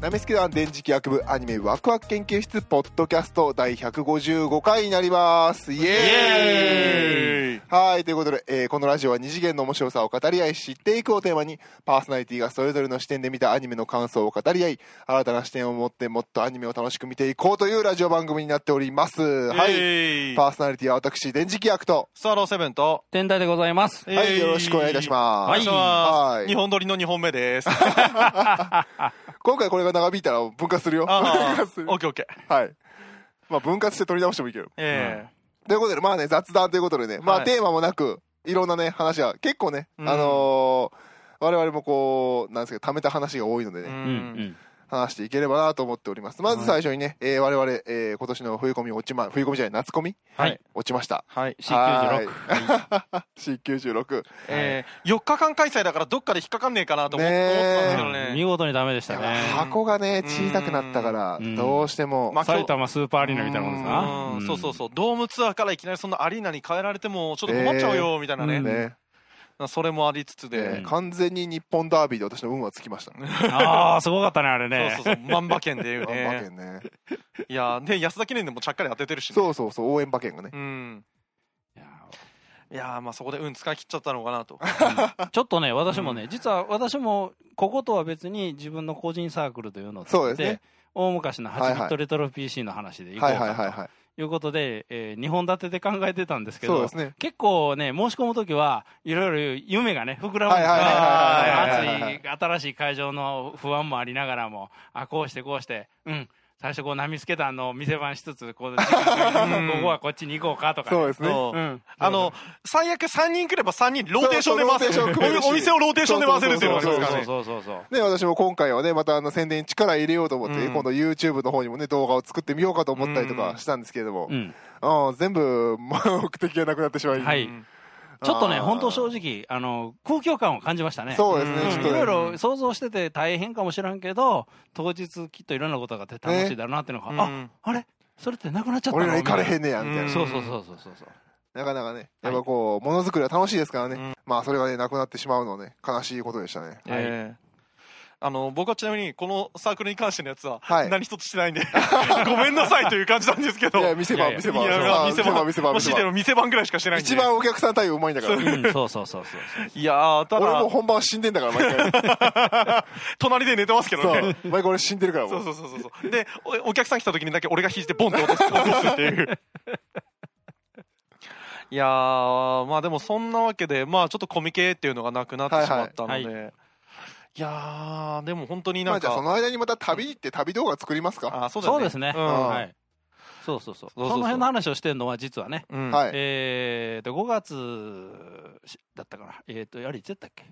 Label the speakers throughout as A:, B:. A: ナメスケ団電磁気学部アニメワクワク研究室ポッドキャスト第155回になりますイエーイ
B: エーイ
A: はいということで、えーこのラジオは二次元の面白さを語り合い知っていくをテーマにパーソナリティがそれぞれの視点で見たアニメの感想を語り合い新たな視点を持ってもっとアニメを楽しく見ていこうというラジオ番組になっておりますは
B: イエ
A: い
B: ーイ
A: パーソナリティは私電磁気役と
B: スワローセブンと、
C: 天体でございます。
A: はいよろしくお願いいたします
B: はい、
A: はい
B: 日本撮りの2本 目です。
A: 今回これが長引いたら分割するよ
B: あ
A: 分
B: あ
A: 割する
B: オッケーオッケー。
A: はいまあ分割して取り直してもいいけど
B: え
A: ということで、まあね、雑談ということでね、まあ
B: はい
A: テーマもなく、いろんなね、話が、結構ね、
B: うん
A: あのー我々もこう、なんですけど、貯めた話が多いので
B: え
A: ね、
B: う
C: う
B: ん。
A: 話していければなと思っております。まず最初にね、えー我々、えー今年の冬コミ落ちま、冬コミじゃない、夏コミ
C: はい。
A: 落ちました。
B: はい。
C: C96
A: はい。C96。
B: えー、4日間開催だからどっかで引っかかんねえかなと思っ
A: ね
B: 思って
A: え
B: たんですけど
C: 見
B: ね。
C: 事にダメでしたね。
A: 箱がね、小さくなったから
C: う、ん
A: どうしても、
B: まあ
C: 埼玉スーパーアリーナみたいなもんで
B: う
C: すな。
B: んそうそうそう。ドームツアーからいきなりそんなアリーナに変えられてもちょっと困っちゃうよ、みたいな
C: う
B: ね
C: ん。
A: ね、
B: それもありつつ
A: ね
B: で。
A: 完全に日本ダービーで私の運はつきましたね。
C: う。ああ、すごかったね、あれ
B: そう
C: ね
B: そう。そう。万馬券でいう
A: あ馬
B: ね。
A: 券ね。
B: いやー、ね、安田記念でもちゃっかり当ててるしね。
A: そうそうそう、応援馬券がね。
B: うん。
C: いや
B: いやー、まあそこで運使い切っちゃったのかなと。
C: ちょっとね、私もね、実は私も、こことは別に自分の個人サークルというのを
A: そう
C: 作っ
A: ですね
C: て、大昔の
A: は
C: 8
A: い
C: ビ
A: は
C: ッ
A: い
C: トレトロ PC の話でいこう
A: はいはいはい
C: か
A: はい。
C: ということで、え2本立てで考えてたんですけ
A: そう
C: ど
A: で、すね。
C: 結構ね、申し込むときはいろいろ夢がね、膨らむんです
A: は
C: よね
A: い
B: はい
A: はいはいはいはいはい
C: 熱い、新しい会場の不安もありながらも、あ、こうしてこうして、うん。最初こう、波助団の店番しつつ、こう、時間かけ
B: うん
C: てここはこっちに行こうかとかね、
A: そうですね。
B: そう
C: うん。
B: あの、最悪3人来れば3人ローテーションで回せ
A: そうそうローテーション組める
B: る。
A: し
B: おお店をローテーションで回せるっていうのがあり
C: そ
B: ま
C: う
B: す
C: そ
B: か
C: う
B: ら
C: そ
B: ね
C: う。そうそうそう。
A: ね、私も今回はね、またあの宣伝に力入れようと思って、
B: うん
A: 今度 YouTube の方にもね、動画を作ってみようかと思ったりとかしたんですけれども、
C: うん。
A: うん全部、 まあ目的がなくなってしまい、
C: は
B: う
C: い
B: ん
C: ちょっとね、
A: あー
C: 本当正直、あの、空虚感を感じましたね。
A: そうです
B: うん
A: ね、ちょっ
C: い
A: と
C: ろい
A: ね、
C: ろ想像してて大変かもしらんけど、当日きっといろんなことがあって楽しいだろうなっていうのが、
B: うん
C: あ、あれそれってなくなっちゃったの
A: 俺ら行かれへんねや、
B: うん
A: みたいな。
C: そうそうそうそうそうそう。
A: なかなかね、やっぱこう、ものづくりは楽しいですからね、まあそれがね、なくなってしまうのはね、悲しいことでしたね。
B: ええあの僕はちなみにこのサークルに関してのやつは
A: はい
B: 何一つしてないんで、ごめんなさいという感じなんですけ
A: い
B: ど
A: や、見せ場、
C: いやいや
A: 見せ場、
B: いやいや
A: さあ見
B: 見
A: せ
B: せ
A: 場、
B: 場
A: 見せ場、見せ
B: し
A: 場。
B: の店番ぐらいしかしてないんで
A: 一番お客さん対応うまいんだから。
C: うん、そうそうそうそうそう。
B: いやーた
A: 俺
B: だ
A: もう本番死んでんだから、毎回。
B: 隣で寝てますけど
A: そ
B: ね
A: う。毎回俺死んでるから、
B: そ
A: も
B: う
A: う。
B: そうそうそうそうでおお客さん来た時にだけ俺が肘でボンって落とす落とすっていう いやーまあでもそんなわけでまあちょっとコミケっていうのがなくなってしまったので、
C: はい
B: い
C: はい
B: やーでも本当に
A: ま
B: な
A: あ
B: ん
A: じ
B: か、
A: ゃあその間にまた旅行って旅動画作りますか
B: あそうだよ
C: そう
B: ね
C: ですね。
B: うん
C: はい。そうそうそ
B: そ
C: う。そ
B: うそうそう
C: の辺の話をしてるのは、実はね、
B: うん
A: はい。
C: えーと、5月しだったかな。えーと、あれ、いつやったっけ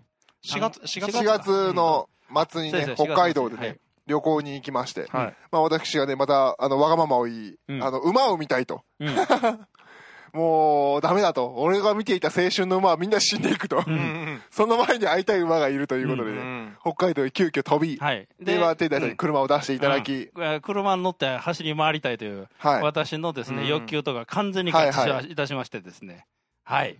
B: 4月4月
C: か
A: 4月の末に
C: そう
A: ね
C: ですね
A: 北海道でね、
C: はい
A: 旅行に行きまして、
B: はい
A: まあ、私がねまたあのわがままを言い、
C: うん
A: あの馬を見たいと
C: うん
A: もうダメだと俺が見ていた青春の馬はみんな死んでいくと、
C: うん
B: ん
A: その前に会いたい馬がいるということでね、
B: うん
A: 北海道へ急遽飛び、
C: はい。
A: で今手代さんに車を出していただき、
C: うんえー車に乗って走り回りたいという、
A: はい
C: 私のです
B: うん
C: ね、欲求とか完全に合致し
A: はいはい
C: たしましてですね。はい。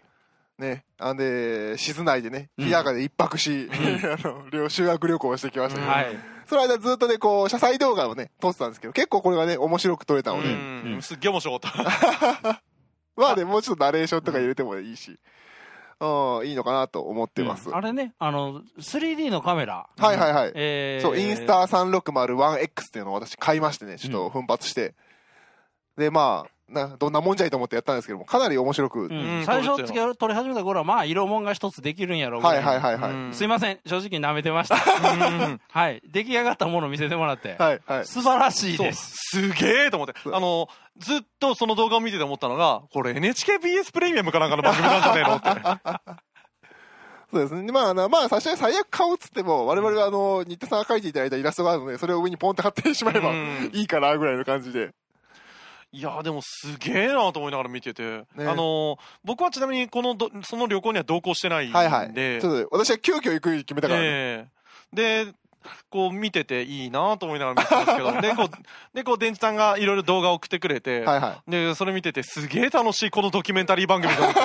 A: ねあんで静内でね日高で一泊し、 あの両修学旅行をしてきましたけど、
C: はい。
A: その間ずっとねこう車載動画をね撮ってたんですけど結構これがね面白く撮れたので、
B: うん
C: うん
B: すっげえ面白かった
A: まあね、もうちょっとナレーションとか入れてもいいし、うん、いいのかなと思ってます。
C: あれね、あの、3D のカメラ。
A: はいはいはい。
C: えー
A: そう、インスタ 360-1X っていうのを私買いましてね、ちょっと奮発して。で、まあ、などんなもんじゃいと思ってやったんですけども、かなり面白く。
C: うん
B: うん
C: 最
B: 撮
C: 初
B: れて
C: つ
B: る
C: け撮り始めた頃はまあ色もんが一つできるんやろうぐ
A: は
C: ら
A: い
C: い
A: はいはいはい。
B: うん
C: すいません正直舐めて ました
B: うん
C: はい出来上がったもの見せてもらって、
A: はいはい。
C: 素晴らしい
B: そう
C: です
B: すげえと思ってあのずっとその動画を見てて思ったのがこれ NHKBS プレミアムかなんかの番組なんじゃねえの って
A: そうですね。でまあ、あのまあ、最初に最悪買おうっつっても、我々はあの、新田さんが描いていただいたイラストがあるので、それを上にポンって貼ってしまえば
B: う ん
A: いいかな、ぐらいの感じで。
B: いやーでもすげえなと思いながら見てて、
A: ね
B: あのー僕はちなみにこのどその旅行には同行してないんで、
A: はいはい。ちょっと私は急遽行く決めたからね。
B: ええでこう見てていいなと思いながら見てたんです けどでこうでこう電池さんがいろいろ動画を送ってくれて、
A: はいはい。
B: でそれ見ててすげえ楽しいこのドキュメンタリー番組と思って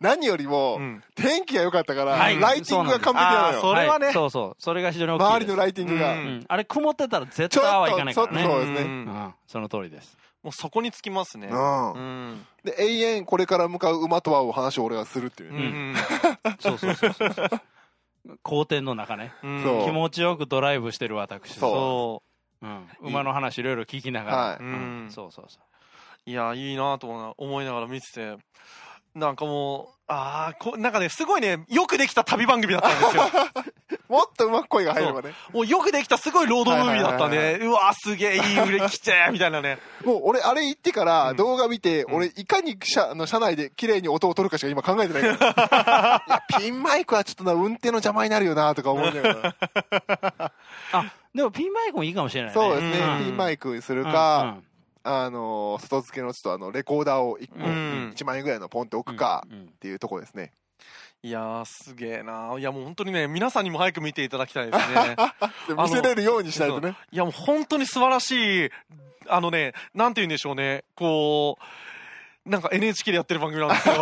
A: 何よりも、
B: うん
A: 天気が良かったから、
C: はい
A: ライティングが完璧なの
B: あー
A: よ
B: それはね
C: いそうそう。それが非常に大きいです。
A: 周りのライティングが、
B: う
C: うんんあれ曇ってたら絶
A: ちょっ
C: 対
A: と
C: あはいかないから
A: ちょっとそう
C: ね。
A: ですね
B: うん
C: うんその通りです。
B: もうそこにつきますね。
A: うん
B: うん。
A: で永遠これから向かう馬とはを話を俺はするっていう
B: う
A: ね、
B: ん。
C: そうそうそうそ うそう。好天の中ね。
B: うん
A: そう
C: 気持ちよくドライブしてる私。
A: そう
C: う。ん。馬の話いろいろ聞きながら。
A: はい
B: うん
C: そうそうそう。
B: いや、いいなと思うな思いながら見てて。なんかもう、ああ、こなんかね、すごいね、よくできた旅番組だったん ですよ。
A: もっとうまく声が入ればね
B: もうよくできたすごいロードムービーだった
A: はいはい
B: ね。うわ、すげえ、いい売れ来てみたいなね。
A: もう俺あれ言ってから
B: ん
A: 動画見て、
B: ん
A: 俺いかに車あの車内で綺麗に音を取るかしか今考えてないからいやピンマイクはちょっとな運転の邪魔になるよなとか思いながら
C: あ、でもピンマイクもいいかもしれないね。
A: そうですね、
B: うん
A: ピンマイクす
C: う
A: る
C: ん
A: か、、あのー外付けのちょっとあのレコーダーを1個、
B: うん
A: 1万円ぐらいのポンって置くかっていうところですね、
B: いやー、すげえな。いや、もう本当にね、皆さんにも早く見ていただきたいです ね。
A: で見せれるようにしないとね
B: いや、もう本当に素晴らしい、あのね、なんて言うんでしょうね、こう、なんか NHK でやってる番組なんで すよ。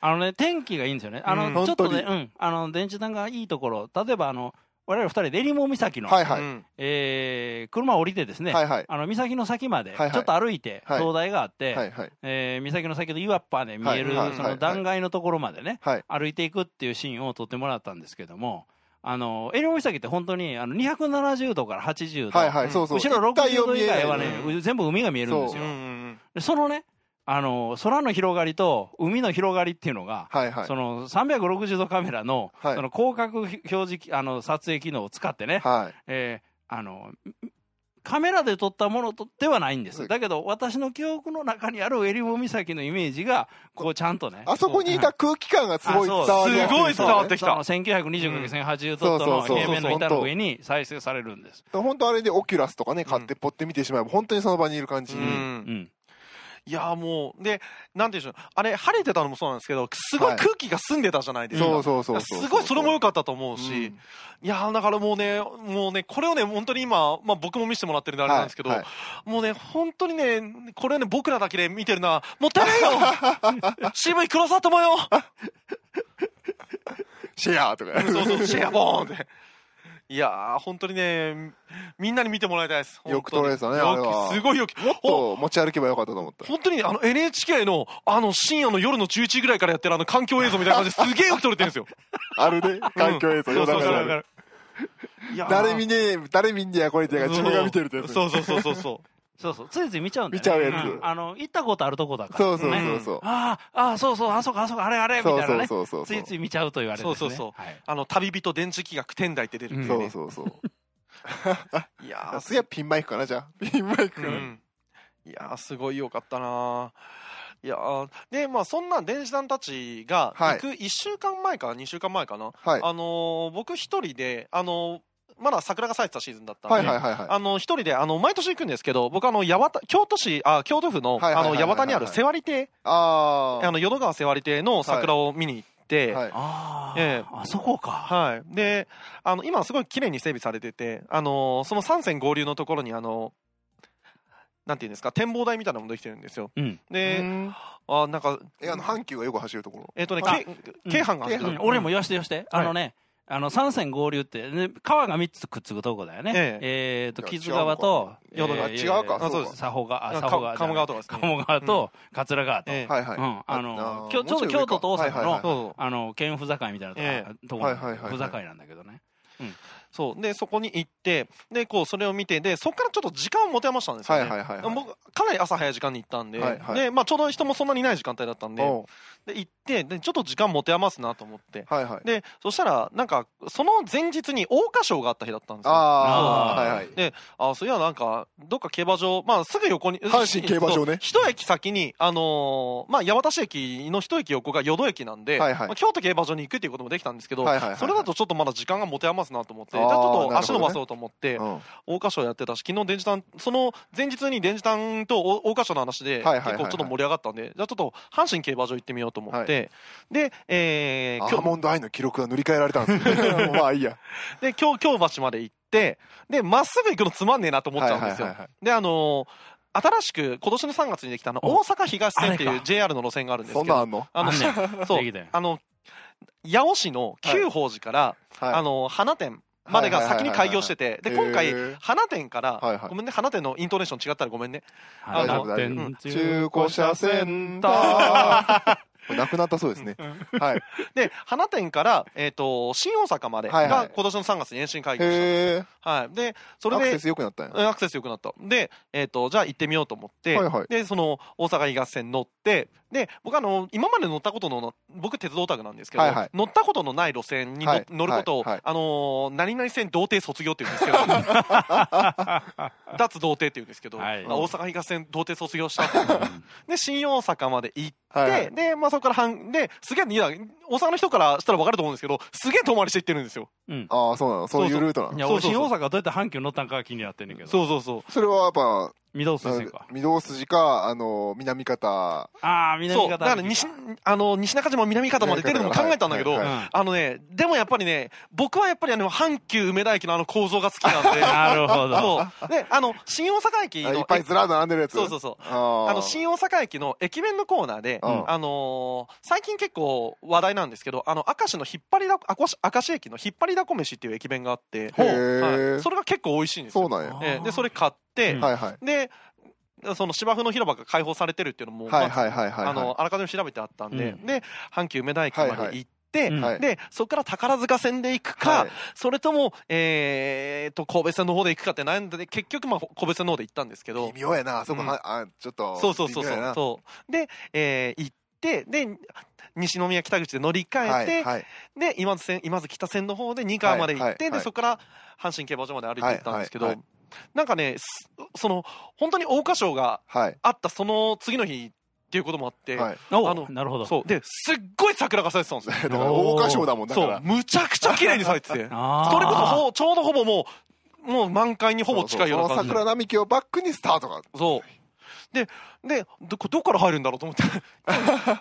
C: あのね、天気がいいんですよね。あ
B: うん
C: の、ちょっとね、
A: 本
C: うん。あの、電柱弾がいいところ、例えばあの、我々二人でえりも岬の、
A: はいはい、
B: うん
C: えー車を降りてですね、
A: はいはい
C: あの岬の先まで
A: はいはい
C: ちょっと歩いて
A: はい
C: 灯台があって、
A: はいはい
C: えー岬の先の岩っぱで見える
B: はいはい
C: その断崖のところまでね、
A: はい
C: 歩いていくっていうシーンを撮ってもらったんですけども、あの、エリモ岬って本当にあの270度から80度、
A: はいはいそうそう
C: 後ろ
A: 一体
C: 60
A: を
C: 度
A: 見
C: 以
A: えない
C: 外はね、全部海が見えるんです
B: う
C: よ。
B: んう
C: そ
B: ん
C: でそのね、あの、空の広がりと海の広がりっていうのが、
A: はいはい
C: その360度カメラの、
A: はい
C: その広角表示機あの撮影機能を使ってね、
A: はい
C: えーあのんカメラで撮ったものとではないんで
A: うん
C: す、だけど私の記憶の中にある襟裳岬のイメージが、こうちゃんとね、
A: あそこにいた空気感がすごい伝
C: あ
A: わ
C: そう
A: りやすい
B: すごい伝わってき
C: そ
B: た
C: の 1920×1080 度
A: そう
C: の
A: そうそうそう
C: 平面の板の上に再生されるんです。
A: 本当あれでオキュラスとかね買ってポッて見てしまえば本当にその場にいる感じ、
B: う。
C: うんん
B: いやーもう、で、なんて言うんでしょう、あれ、晴れてたのもそうなんですけど、すご
A: はいい
B: 空気が澄んでたじゃないですか。
A: そうそうそうそう
B: すごいそれも良かったと思う
A: うん
B: し、いやーだからもうね、もうね、これをね、本当に今、まあ僕も見せてもらってるんであれなんですけど、
A: はいは
B: もうね、本当にね、これをね、僕らだけで見てるのは、もったいない よ渋い黒沢友よ
A: シェアとか
B: そうそう、シェアボーンって。いやー、本当にね、みんなに見てもらいたいです。
A: よく撮れてたね
B: 本当に
A: あれは
B: よくすごいよく。もっ
A: と持ち歩けばよかったと思った
B: 本当にあの NHK のあの深夜の夜の11時ぐらいからやってるあの環境映像みたいな感 じですげえよく撮れてるんですよ。
A: あるね環境映像
B: そうそう
A: 夜中
B: そ
A: で
B: う
A: あ
B: わか
A: る
B: る。いやー
A: 誰見ねえ誰見んねやこれってやから自分が見てるってやつ
B: そうそうそうそうそ
C: そうそうついつい見ちゃうんだよね
A: 見ちゃうやつ
C: んあの行ったことあるとこだから
A: そうそう
C: ね
A: そうそう
C: ああああそうそうあそこあそこあれあれみたいなね
A: そうそうそうそう
C: ついつい見ちゃうと言われて、ね、
B: そうそうそう
C: はい、
B: あの旅人電池企画天台って出るんで
A: そう
B: ね。
A: そうそう
B: いやー
A: あすげえピンマイクかなじゃあピンマイクかな
B: う
A: ん
B: いやーすごいよかったなーいやーでまあそんな電子団たちが
A: はい
B: 行く1週間前か2週間前かな、
A: はい
B: あのー僕一人であのーまだ桜が咲いてたシーズンだったんで、
A: はいはいはいは
B: あの一人であの毎年行くんですけど僕あの八幡京都市あ京都府の
A: はいはい
B: あ
A: はい
B: の
A: はいはい
B: 八幡にある瀬割亭
A: いあ
B: あの淀川瀬割亭の桜を見に行って、
A: あはい
C: ああ、
B: ええ
C: あそこか
B: はい。で、あの、今すごい綺麗に整備されてて、あのーその三線合流のところに、あのなんていうんですか、展望台みたいなのもできてるんですよ。
C: うん、
A: う
B: で、
A: ん
B: あなんか、
A: えあの阪急がよく走るところ
B: えっ、とね、
C: あ
B: け京阪が走って
C: う
B: る
C: ん、俺もよしてよして、あのね、あの三線合流って、ね、川が三つくっつくとこだよね。
B: え
C: えーと、木津川と、
A: いや違うのか
C: え
A: 違うか
B: あそうです
C: 佐保川、あ
B: あ
C: 佐保川じゃない。
B: 鴨川とかですね
C: 鴨川と、桂川と。
B: ええ
A: はいはい
C: うん、あの
A: あ
C: きょちょうど京都と大阪の、
A: はいはい
B: そうそう
C: あの県府境みたいなとこ,、
B: え
C: とこ
A: は
C: ろ
A: いはいはいはい
C: 府境なんだけどね。
B: そう。で、そこに行って、で、こう、それを見て、で、そこからちょっと時間を持て余したんですよね。
A: はいはいはいはい
B: 僕、かなり朝早い時間に行ったんで、
A: はいはい
B: で、まあ、ちょうど人もそんなにいない時間帯だったんで、
A: おう
B: で、行って、で、ちょっと時間持て余すなと思って。
A: はいはい
B: で、そしたら、なんか、その前日に桜花賞があった日だったんですよ。
A: ああ
C: あ
A: は
C: ー
A: いはい
B: で、あ、そういや、なんか、どっか競馬場、まあ、すぐ横に、
A: 阪神競馬場ね
B: そう一駅先に、あのーまあ、八幡市駅の一駅横が淀駅なんで、
A: はいはい
B: まあ京都競馬場に行くっていうこともできたんですけど、
A: はいはいはいはい
B: それだとちょっとまだ時間が持て余すなと思っ
A: あ
B: て、じ
A: ー
B: ゃあちょっ
A: な
B: と
A: るほ
B: 足
A: どね
B: 伸ばそうと思って、
A: うん
B: 桜花賞やってたし、昨日電磁団、その前日に電磁団と桜桜花賞の話で、
A: はいはいはいはい
B: 結構ちょっと盛り上がったんで、じゃあちょっと阪神競馬場行ってみようと思って、で、えー、
A: ア
B: 今
A: ーモンドアイの記録が塗り替えられたんです よまあいいや
B: で、京、京橋まで行って、で、まっすぐ行くのつまんねえなと思っちゃうんですよ。
A: はいはいはいは
B: で、あのー新しく今年の3月にできたあの
C: お
B: 大阪東線って
C: あ
B: い
C: れ
B: う
C: か
B: JR の路線があるんです
A: そん
B: け
A: なんあ
B: ど
A: んの
B: あの
C: あんねん
B: そう
C: できたよ
B: あの八尾市の旧宝寺から、
A: はい
B: あの花店までが先に開業しててで
A: はいはいはいは
B: 今
A: い
B: 回
A: へー
B: 花店から、
A: はいはい
B: ごめんね花店のイントネーション違ったらごめんね
C: はい
B: あ
A: 大丈
B: の
A: 夫大丈夫
B: うん
A: 中古車センタ ーこれなくなったそうですねはい
B: で花店から、えー、と新大阪まで
A: はいは
B: が
A: い
B: 今年の3月に延伸開業した、
A: へえ
B: はい、でそ
A: ア
B: れ
A: ク
B: で
A: セス良くなったんや
B: うんアクセス良くなった。で、えっ、と、じゃあ行ってみようと思って、
A: はいはい
B: で、その、大阪東線乗って、で、僕あの、今まで乗ったことの、僕鉄道オタクなんですけど、
A: はいはい
B: 乗ったことのない路線にの、
A: はい
B: 乗ることを、
A: はいはい
B: あのー何々線童貞卒業って言うんですけど、 脱童貞って言うんですけど、
C: はい
B: あ大阪東線童貞卒業したと。で、新大阪まで行って、
A: はいはい
B: で、まあそこから半、で、すげえ、いや、大阪の人からしたら分かると思うんですけど、すげえ遠回りして行ってるんですよ。
C: うん
A: ああそうなのそういうルートなの
C: いや
B: そう
C: 俺
B: そう
C: 新
B: そう
C: 大阪どうやって阪急乗ったんかが気になってんねんけど
B: そうそうそう。
A: それはやっぱ
C: 御堂筋線か
A: 御堂筋かあの南方
C: ああ南
B: そう
C: 方
B: だから西あの西中島南方まで出るのも考えたんだけど、
A: はいはい
C: はい
B: あのねでもやっぱりね僕はやっぱりあの阪急梅田駅のあの構造が好きなん で
C: なるほど
B: そうであの新大阪駅
A: あ
B: の
A: いっぱいずらーっと並んでるやつ
B: そうそうそう
A: あー
B: あの新大阪駅の駅弁のコーナーで、
A: うん
B: あのー最近結構話題なんですけどあの明石の引っ張りだこ明石明石駅の引っ張りだこ飯っていう駅弁があって、
A: ほうへー
B: はいそれが結構美味しいんです
A: そう
B: よ、
A: なんや
C: あ
A: は
C: ー
B: ええでそれ買って、
C: うん
A: いはい
B: でその芝生の広場が開放されてるっていうのも、まあ
A: はいはいはいはい
B: あのあらかじめ調べてあったんで、
C: う
B: で阪急梅田駅まで
A: はいはい
B: 行って、
C: うん
A: はい
B: でそこから宝塚線で行くか、
A: はい
B: それとも、えー、と神戸線の方で行くかって悩んで結局、まあ、神戸線の方で行ったんですけど
A: 微妙やなあそこ
B: うん
A: はあちょっと
B: そうそうそう
A: 微妙や
B: そう
A: な
B: そうで、えー行ってで西宮北口で乗り換
A: は
B: えて、
A: いはい
B: で今津線今津北線の方で2川まで行って、
A: はいはいはい
B: でそこから阪神競馬場まで歩いて行ったんですけど、
A: はいはい
B: なんかねすその本当に桜花賞が
A: はい
B: あったその次の日っていうこともあって、
A: はい
B: あの
C: おなるほど
B: そうですっごい桜が咲いてたんですよ
A: だから大花賞 だもんだか
B: そう
A: ら、
B: むちゃくちゃ綺麗に咲いてて、それこ
C: あー
B: そほちょうどほぼもう、もう満開にほぼ近いような
A: そう
B: 感
A: そ
B: じ
A: の桜並木をバックにスタートが
B: そう。で、で、どこ、どこから入るんだろうと思 って。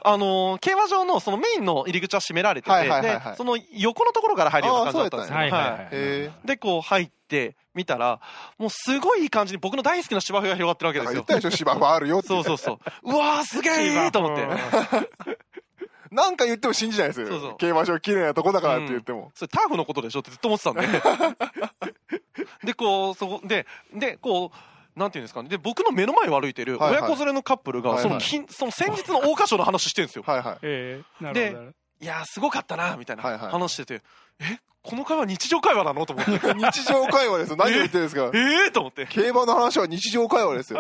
B: あのー競馬場のそのメインの入り口は閉められてて、
A: はいはいはいはい
B: で、その横のところから入るような感じだったんですよ。
A: あ
C: は
A: ー
C: いはいはい
A: へ
B: で、こう入ってみたら、もうすごいいい感じに僕の大好きな芝生が広がってるわけ
A: だから
B: です
A: 言っ
B: よ。
A: たでしょ芝生あるよって
B: そうそうそう。うわーすげえいいと思って。
A: なんか言っても信じないですよ
B: そうそう
A: 競馬場綺麗なとこだからって言っても、
B: それターフのことでしょってずっと思ってたん ででこうそこででこうなんていうんですかねで僕の目の前を歩いてる
A: はいはい
B: 親子連れのカップルが、
A: はいはい
B: そのきその先日の桜花賞の話してるんですよ
A: はいはい
C: ええな
B: で
C: るほど
B: いやーすごかったなみたいな
A: はいはい
B: 話してて、えこの会話日常会話なのと思って
A: 日常会話ですよ何を言ってるんですか
B: ええと思って
A: 競馬の話は日常会話です よ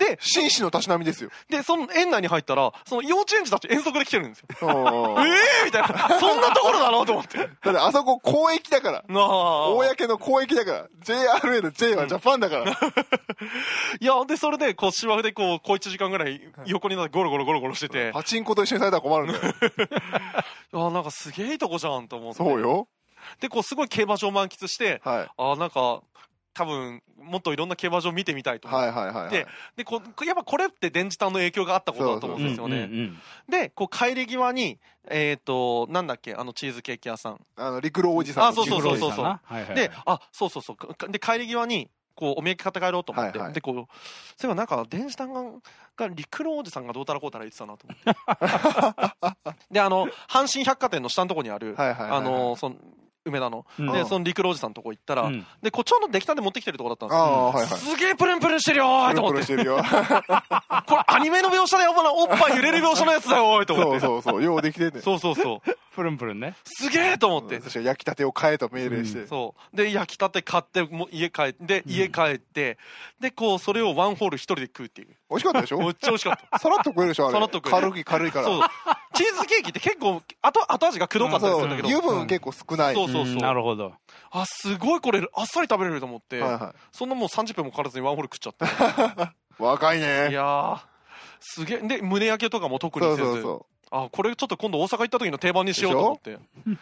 B: で
A: 紳士のたしなみですよ
B: でその園内に入ったらその幼稚園児たち遠足で来てるんです よ
A: うん
B: ええみたいなそんなところなのと思って
A: だってあそこ公益だから
B: なあ
A: 公の公益だから JRA の J はジャパンだ から、
B: いやでそれでこう芝生でこう小1時間ぐらい横になってゴロゴロゴロゴロしてて
A: パチンコと一緒にされたら困るんだよ
B: あなんかすげえいいとこじゃんと思って
A: そうよ
B: でこうすごい競馬場を満喫して
A: はい
B: あなんか多分もっといろんな競馬場見てみたいと思っ
A: は
B: て、
A: いはいはいはい
B: ででこうやっぱこれって電磁炭の影響があったことだと思うんですよね
C: うんうんうん
B: でこう帰り際にえっ、となんだっけあのチーズケーキ屋さん、
A: あの陸路おじさん
B: あそうそうそうそうそう
C: はいはいはい
B: であそうそうそうかで帰り際にこうお土産買って帰ろうと思って、
A: はいはい
B: でこうそういえばなんか電磁炭がが陸路おじさんがどうたらこうたら言ってたなと思 ってであの阪神百貨店の下のとこにある、
A: はいはいはいはい
B: あのその梅田の
C: うん
B: でその陸路おじさんのとこ行ったら、
C: うん
B: でこうちょうど出来たて持ってきてるとこだったん
A: あ
B: ですよ
A: あはいはい
B: すげえプルンプルンしてるよーい
A: プ
B: と
A: ロ
B: 思
A: プロ
B: って
A: してるよ
B: これアニメの描写だよまだおっぱい揺れる描写のやつだよ ーいと思っ
A: そう
B: て
A: そうそうようできてんねん
B: そうそうそう
C: プルンプルンね
B: すげえと思って
A: 確かに焼きたてを買えと命令して、
B: そうで焼きたて買ってもう家帰って家帰ってでこうそれをワンホール一人で食うっていう
A: 美味しかったでし
B: めっ
A: ょ
B: ちゃ美味しかっ
A: さらっと食えるでしょあれ
B: さらっと食える
A: 軽い軽いか
B: た
A: ら
B: そうチーズケーキって結構後後味がくどかったりす
A: そ
B: る
A: うん
B: だけ
A: 油
B: ど
A: 分結構少ない
B: そうそうそうん
C: なるほど
B: あすごいこれあっさり食べれると思って、
A: はいは
B: そんなもう30分もかからずにワンホール食っちゃって
A: い、若い
B: い
A: ね
B: やーすげえで胸焼けとかも特に
A: そ
B: せ
A: う
B: ず
A: そうそ
B: あこれちょっと今度大阪行った時の定番にしようと思って
A: う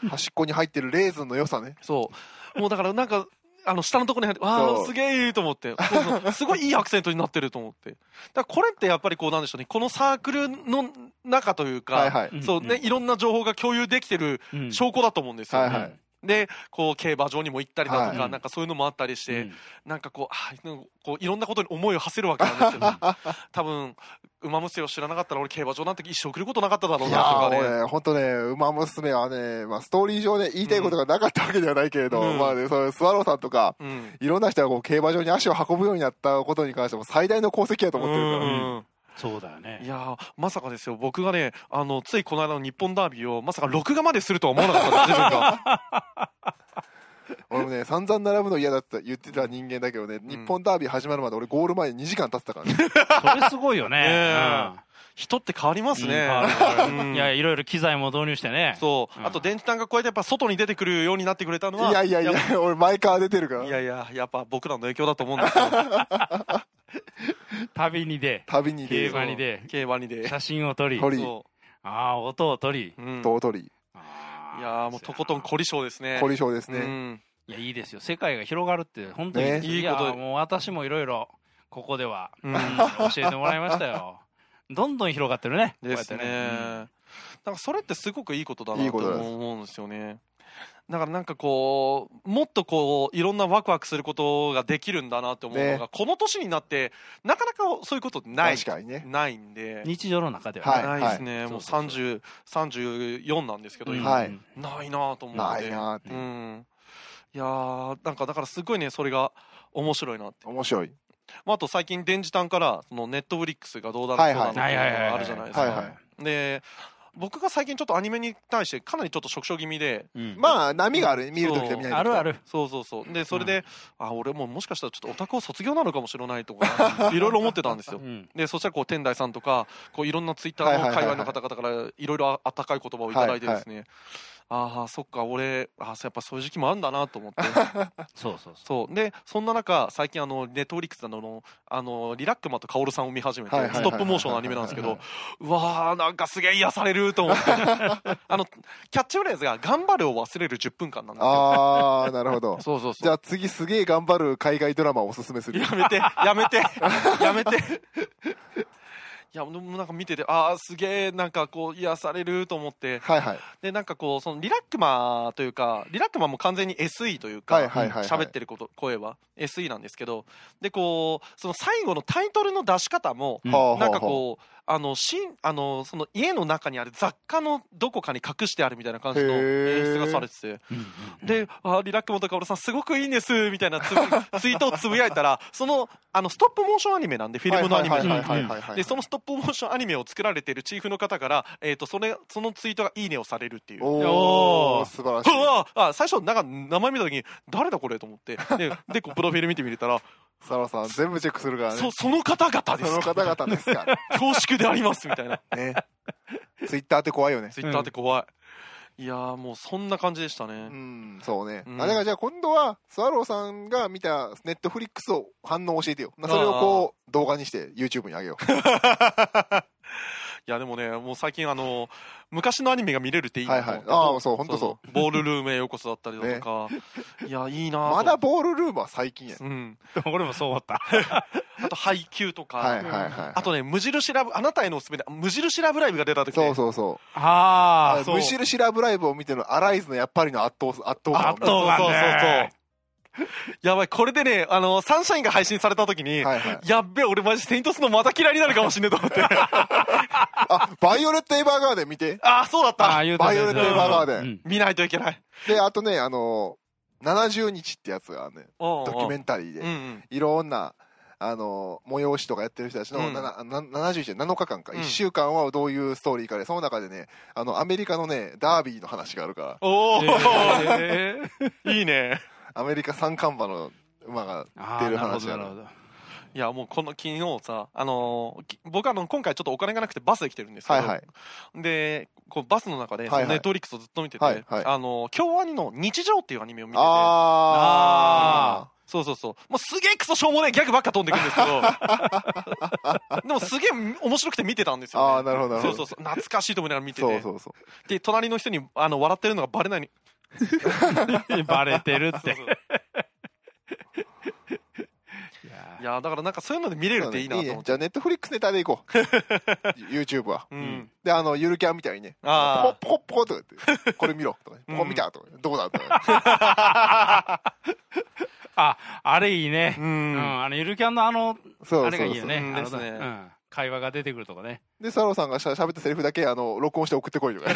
A: 端っこに入ってるレーズンの良さね
B: そうもうだからなんかあの下のところに入ってわ
A: そ
B: あ
A: う
B: すげえいいと思ってそうそうすごいいいアクセントになってると思ってだからこれってやっぱりこうなんでしょうねこのサークルの中というか、
A: はいはい
C: うん
B: そうね、いろんな情報が共有できてる
C: うん
B: 証拠だと思うんですよね、
A: はいはい
B: でこう競馬場にも行ったりだとか、
C: はい
B: なんかそういうのもあったりして、
C: うん
B: なんかこうあーなんかこういろんなことに思いを馳せるわけなんですよ 多分馬娘を知らなかったら俺競馬場なんて一生来ることなかっただろう
A: い
B: なと
A: や
B: か
A: ー、
B: ね
A: 俺、ほんとね、馬娘はね、まあ、ストーリー上で言いたいことがなかったわけではないけれど、
B: うん
A: まあね、そのスワローさんとか、
B: うん
A: いろんな人がこう競馬場に足を運ぶようになったことに関しても最大の功績やと思ってるから、
B: うん
C: そうだよね
B: いやーまさかですよ僕がねあのついこの間の日本ダービーをまさか録画までするとは思わなかったです 自分が
A: 俺もね、散々並ぶの嫌だって言ってた人間だけどね、日本ダービー始まるまで俺ゴール前に2時間経って たからね。
C: それすごいよね。
B: ねえ人って変わりますね、
C: うん
B: うん
C: いや、いろいろ機材も導入してね。
B: そう、
C: うん
B: あと電池単がこうやってやっぱ外に出てくるようになってくれたのはい
A: やいやい
B: っ
A: や、俺前から出てるか
B: ぱい
A: ら。
B: やいややっぱ僕らの影響だと思うんですよ
C: 旅に出、
A: 旅に
C: 競
A: 出
C: 馬に出、
B: 競馬にで
C: 写真を撮り、
A: 撮り
B: そ
C: ああ、音を撮り。
B: う、うん、
A: と取り、
C: あ
B: い
C: あ
B: やーもうとことん凝り性ですね
A: 凝り性です
B: う
A: ね。
B: ん
C: いや、いいですよ。世界が広がるって、本当にいいですよ。
B: ねいいこと
C: やもう私もいろいろ、ここでは、
B: うん
C: うん教えてもらいまし たよ。どんどん広がってるね。こうや
B: で
C: っ
B: す
C: て
B: ね。
C: うん
B: なんかそれってすごくいいことだ
A: い
B: ないと
A: ことです
B: 思うんですよね。だからなんかこうもっとこういろんなワクワクすることができるんだなって思うのが、
A: ね
B: この年になってなかなかそういうことない
A: 確かにね。
B: ないんで、
C: 日常の中では、
A: はい
B: ないですね、
C: はい
B: もう
C: そうそう
B: 30 34なんですけど
C: うん
B: 今、
A: はい
C: うん
B: ないなぁと思って
A: ないなーって
B: う。ん、いやーなんかだからすごいねそれが面白いなって、
A: 面白い。
B: まあ、あと最近電磁単からそのネットフリックスがどうだ
A: は
B: ろ
A: いう
B: だ
A: はい
B: のって
C: はいいう
B: の
C: はいはい
B: があるじゃないですか、
A: はいはい
B: で僕が最近ちょっとアニメに対してかなりちょっと触傷気味で
C: うん
A: まあ、波がある。見るときと見ないときと。
C: あるある。
B: そうそうそうでそれで、あ俺ももしかしたらちょっとオタクを卒業なのかもしれないと かいろいろ思ってたんですよ
C: うん
B: でそしたらこう天台さんとかこういろんなツイッターの界隈の方々からいろいろあったかい言葉をいただいてですね、ああそっか俺あーそうやっぱそういう時期もあるんだなと思って
C: そうそうそ
B: そうでそんな中最近あのネットフリックスのあのあのリラックマとカオルさんを見始めて
A: はいはいはい
B: ストップモーションのアニメなんですけ
A: は
B: どうわーなんかすげえ癒されると思ってあのキャッチフレーズが「頑張るを忘れる10分間」なんですよ
A: あー、なるほど。
B: そうそう
A: じ
B: そ
A: ゃ
B: う
A: あ次すげえ頑張る海外ドラマをおすすめする。
B: やめてやめてやめていやでもなんか見ててああすげえなんかこう癒されると思って
A: はいはい。
B: でなんかこうそのリラックマというかリラックマも完全に SE というか
A: はいはいはいはい
B: 喋ってること声は SE なんですけどでこうその最後のタイトルの出し方も
C: う。
A: はあ
B: なんかこうあのしんあのその家の中にある雑貨のどこかに隠してあるみたいな感じの
A: へー
B: 演出がされてて
C: うんうんうん
B: で「あーリラックマとか俺さんすごくいいんです」みたいなつ ぶツイートをつぶやいたらそのあのストップモーションアニメなんでフィルムのアニメ
A: はい
B: で
A: はいはいはいはいはい。
B: でそのストップモーションアニメを作られているチーフの方から、えー、とそれそのツイートが「いいね」をされるっていう。
A: お
C: お
A: ー、
C: ー
A: 素晴らしい。
B: うわあ最初なんか名前見た時に誰だこれと思ってででこうプロフィール見てみ れたら、
A: サラさん全部チェックするからね。
B: そその方々で
A: そ
B: す
A: の
B: か
A: 方々ですから。
B: 恐縮でありますみたいな
A: ね。ツイッターって怖いよね。
B: ツイッターって怖い、いやーもうそんな感じでしたね、
A: うん、そうね。
B: うん
A: あだからじゃあ今度は、スワローさんが見たネットフリックスを反応を教えてよ。なそれをこう、動画にして YouTube に上げよう。
B: いやでもねもう最近あの昔のアニメが見れるっていいな
A: はい
B: と
A: はいあ
B: 思って。
A: あ、そう、ほんとそ
B: ボールルームへようこそだったりだ とか、いやいいな
A: う。
B: ーと
A: まだボールルームは最近や。
B: うん
C: 俺もそう思った。
B: あと配給とか、
A: はいはいはい。
B: あとね無印ラブあなたへのおすすめで無印ラブライブが出た時、ね、
A: そうそうそう。
C: あ
A: あ
C: あ、
A: の無印ラブライブを見てのアライズのやっぱりの圧倒圧倒感を
C: 圧倒感ね
B: やばい、これでね、あの、サンシャインが配信された時に、
A: はいはい
B: やっべえ、俺マジセイントスのまた嫌いになるかもしんねえと 思って。
A: あバイオレット・エヴァーガーデン見て
B: ああ、そうだっ
C: あ
B: た
C: あ、言う
A: バイオレットエヴァーガーデン
C: うん
B: 見ないといけない。
A: であとねあの70日ってやつがね
B: ド
A: ドキュメ
B: ン
A: ンタリー
B: うんう
A: で
B: ん。
A: いろんなあの催しとかやってる人たちの、
B: うん
A: なな70日で7日間か、
B: うん
A: 1週間はどういうストーリーかでその中でねあのアメリカのねダービーの話があるから
B: おお、
C: えー
B: いいね。
A: アメリカ三冠馬の馬が
C: あ
A: 出
C: ー
A: る
C: なるほ
A: 話
C: ど
A: があ
C: な
A: る
C: るほど。
B: いや、もうこの昨日さ、あのーき僕あの、今回ちょっとお金がなくてバスで来てるんですけど、
A: はいはい
B: で、こうバスの中で、
A: はいはい
B: ネットフリックスをずっと見てて、
A: はいはい
B: あのー京アニの日常っていうアニメを見てて、
A: あ
B: そうそうそう。もうすげえクソしょうもねえギャグばっか飛んでくるんですけ ど。でもすげえ面白くて見てたんです
A: ーあ
B: よ、
A: ー
B: ね。
A: なるほどなる
B: そ
A: ほど
B: うそうそう。懐かしいと思いながら見てて。
A: そうそうそう
B: で、隣の人にあの笑ってるのがバ レないよ
C: バレてるっ
B: うに。
C: て。いや
B: いやーだからなんかそういうので見れるっていいなと
A: ね
B: 思っ
A: じ
B: て。
A: ゃあネットフリックスネタでいこう YouTube は
B: う
C: うん
B: ん。
A: であのゆるキャンみたいにね
B: あ
A: ポコポコポコとか言っ て「これ見ろ」とか、ね「ここ見た」とか、どうだ」とか、
C: あ、あれいいね
B: う。
C: うんん、あのゆるキャンのあの、
A: そう
C: あ
A: そ
C: れ
A: うそ
C: がいういよね。
B: そうそうそう
C: あの
B: ですね
C: うん会話が出てくるとかね。
A: で、サロさんがしゃ喋ったセリフだけ、あの、録音して送ってこいとか。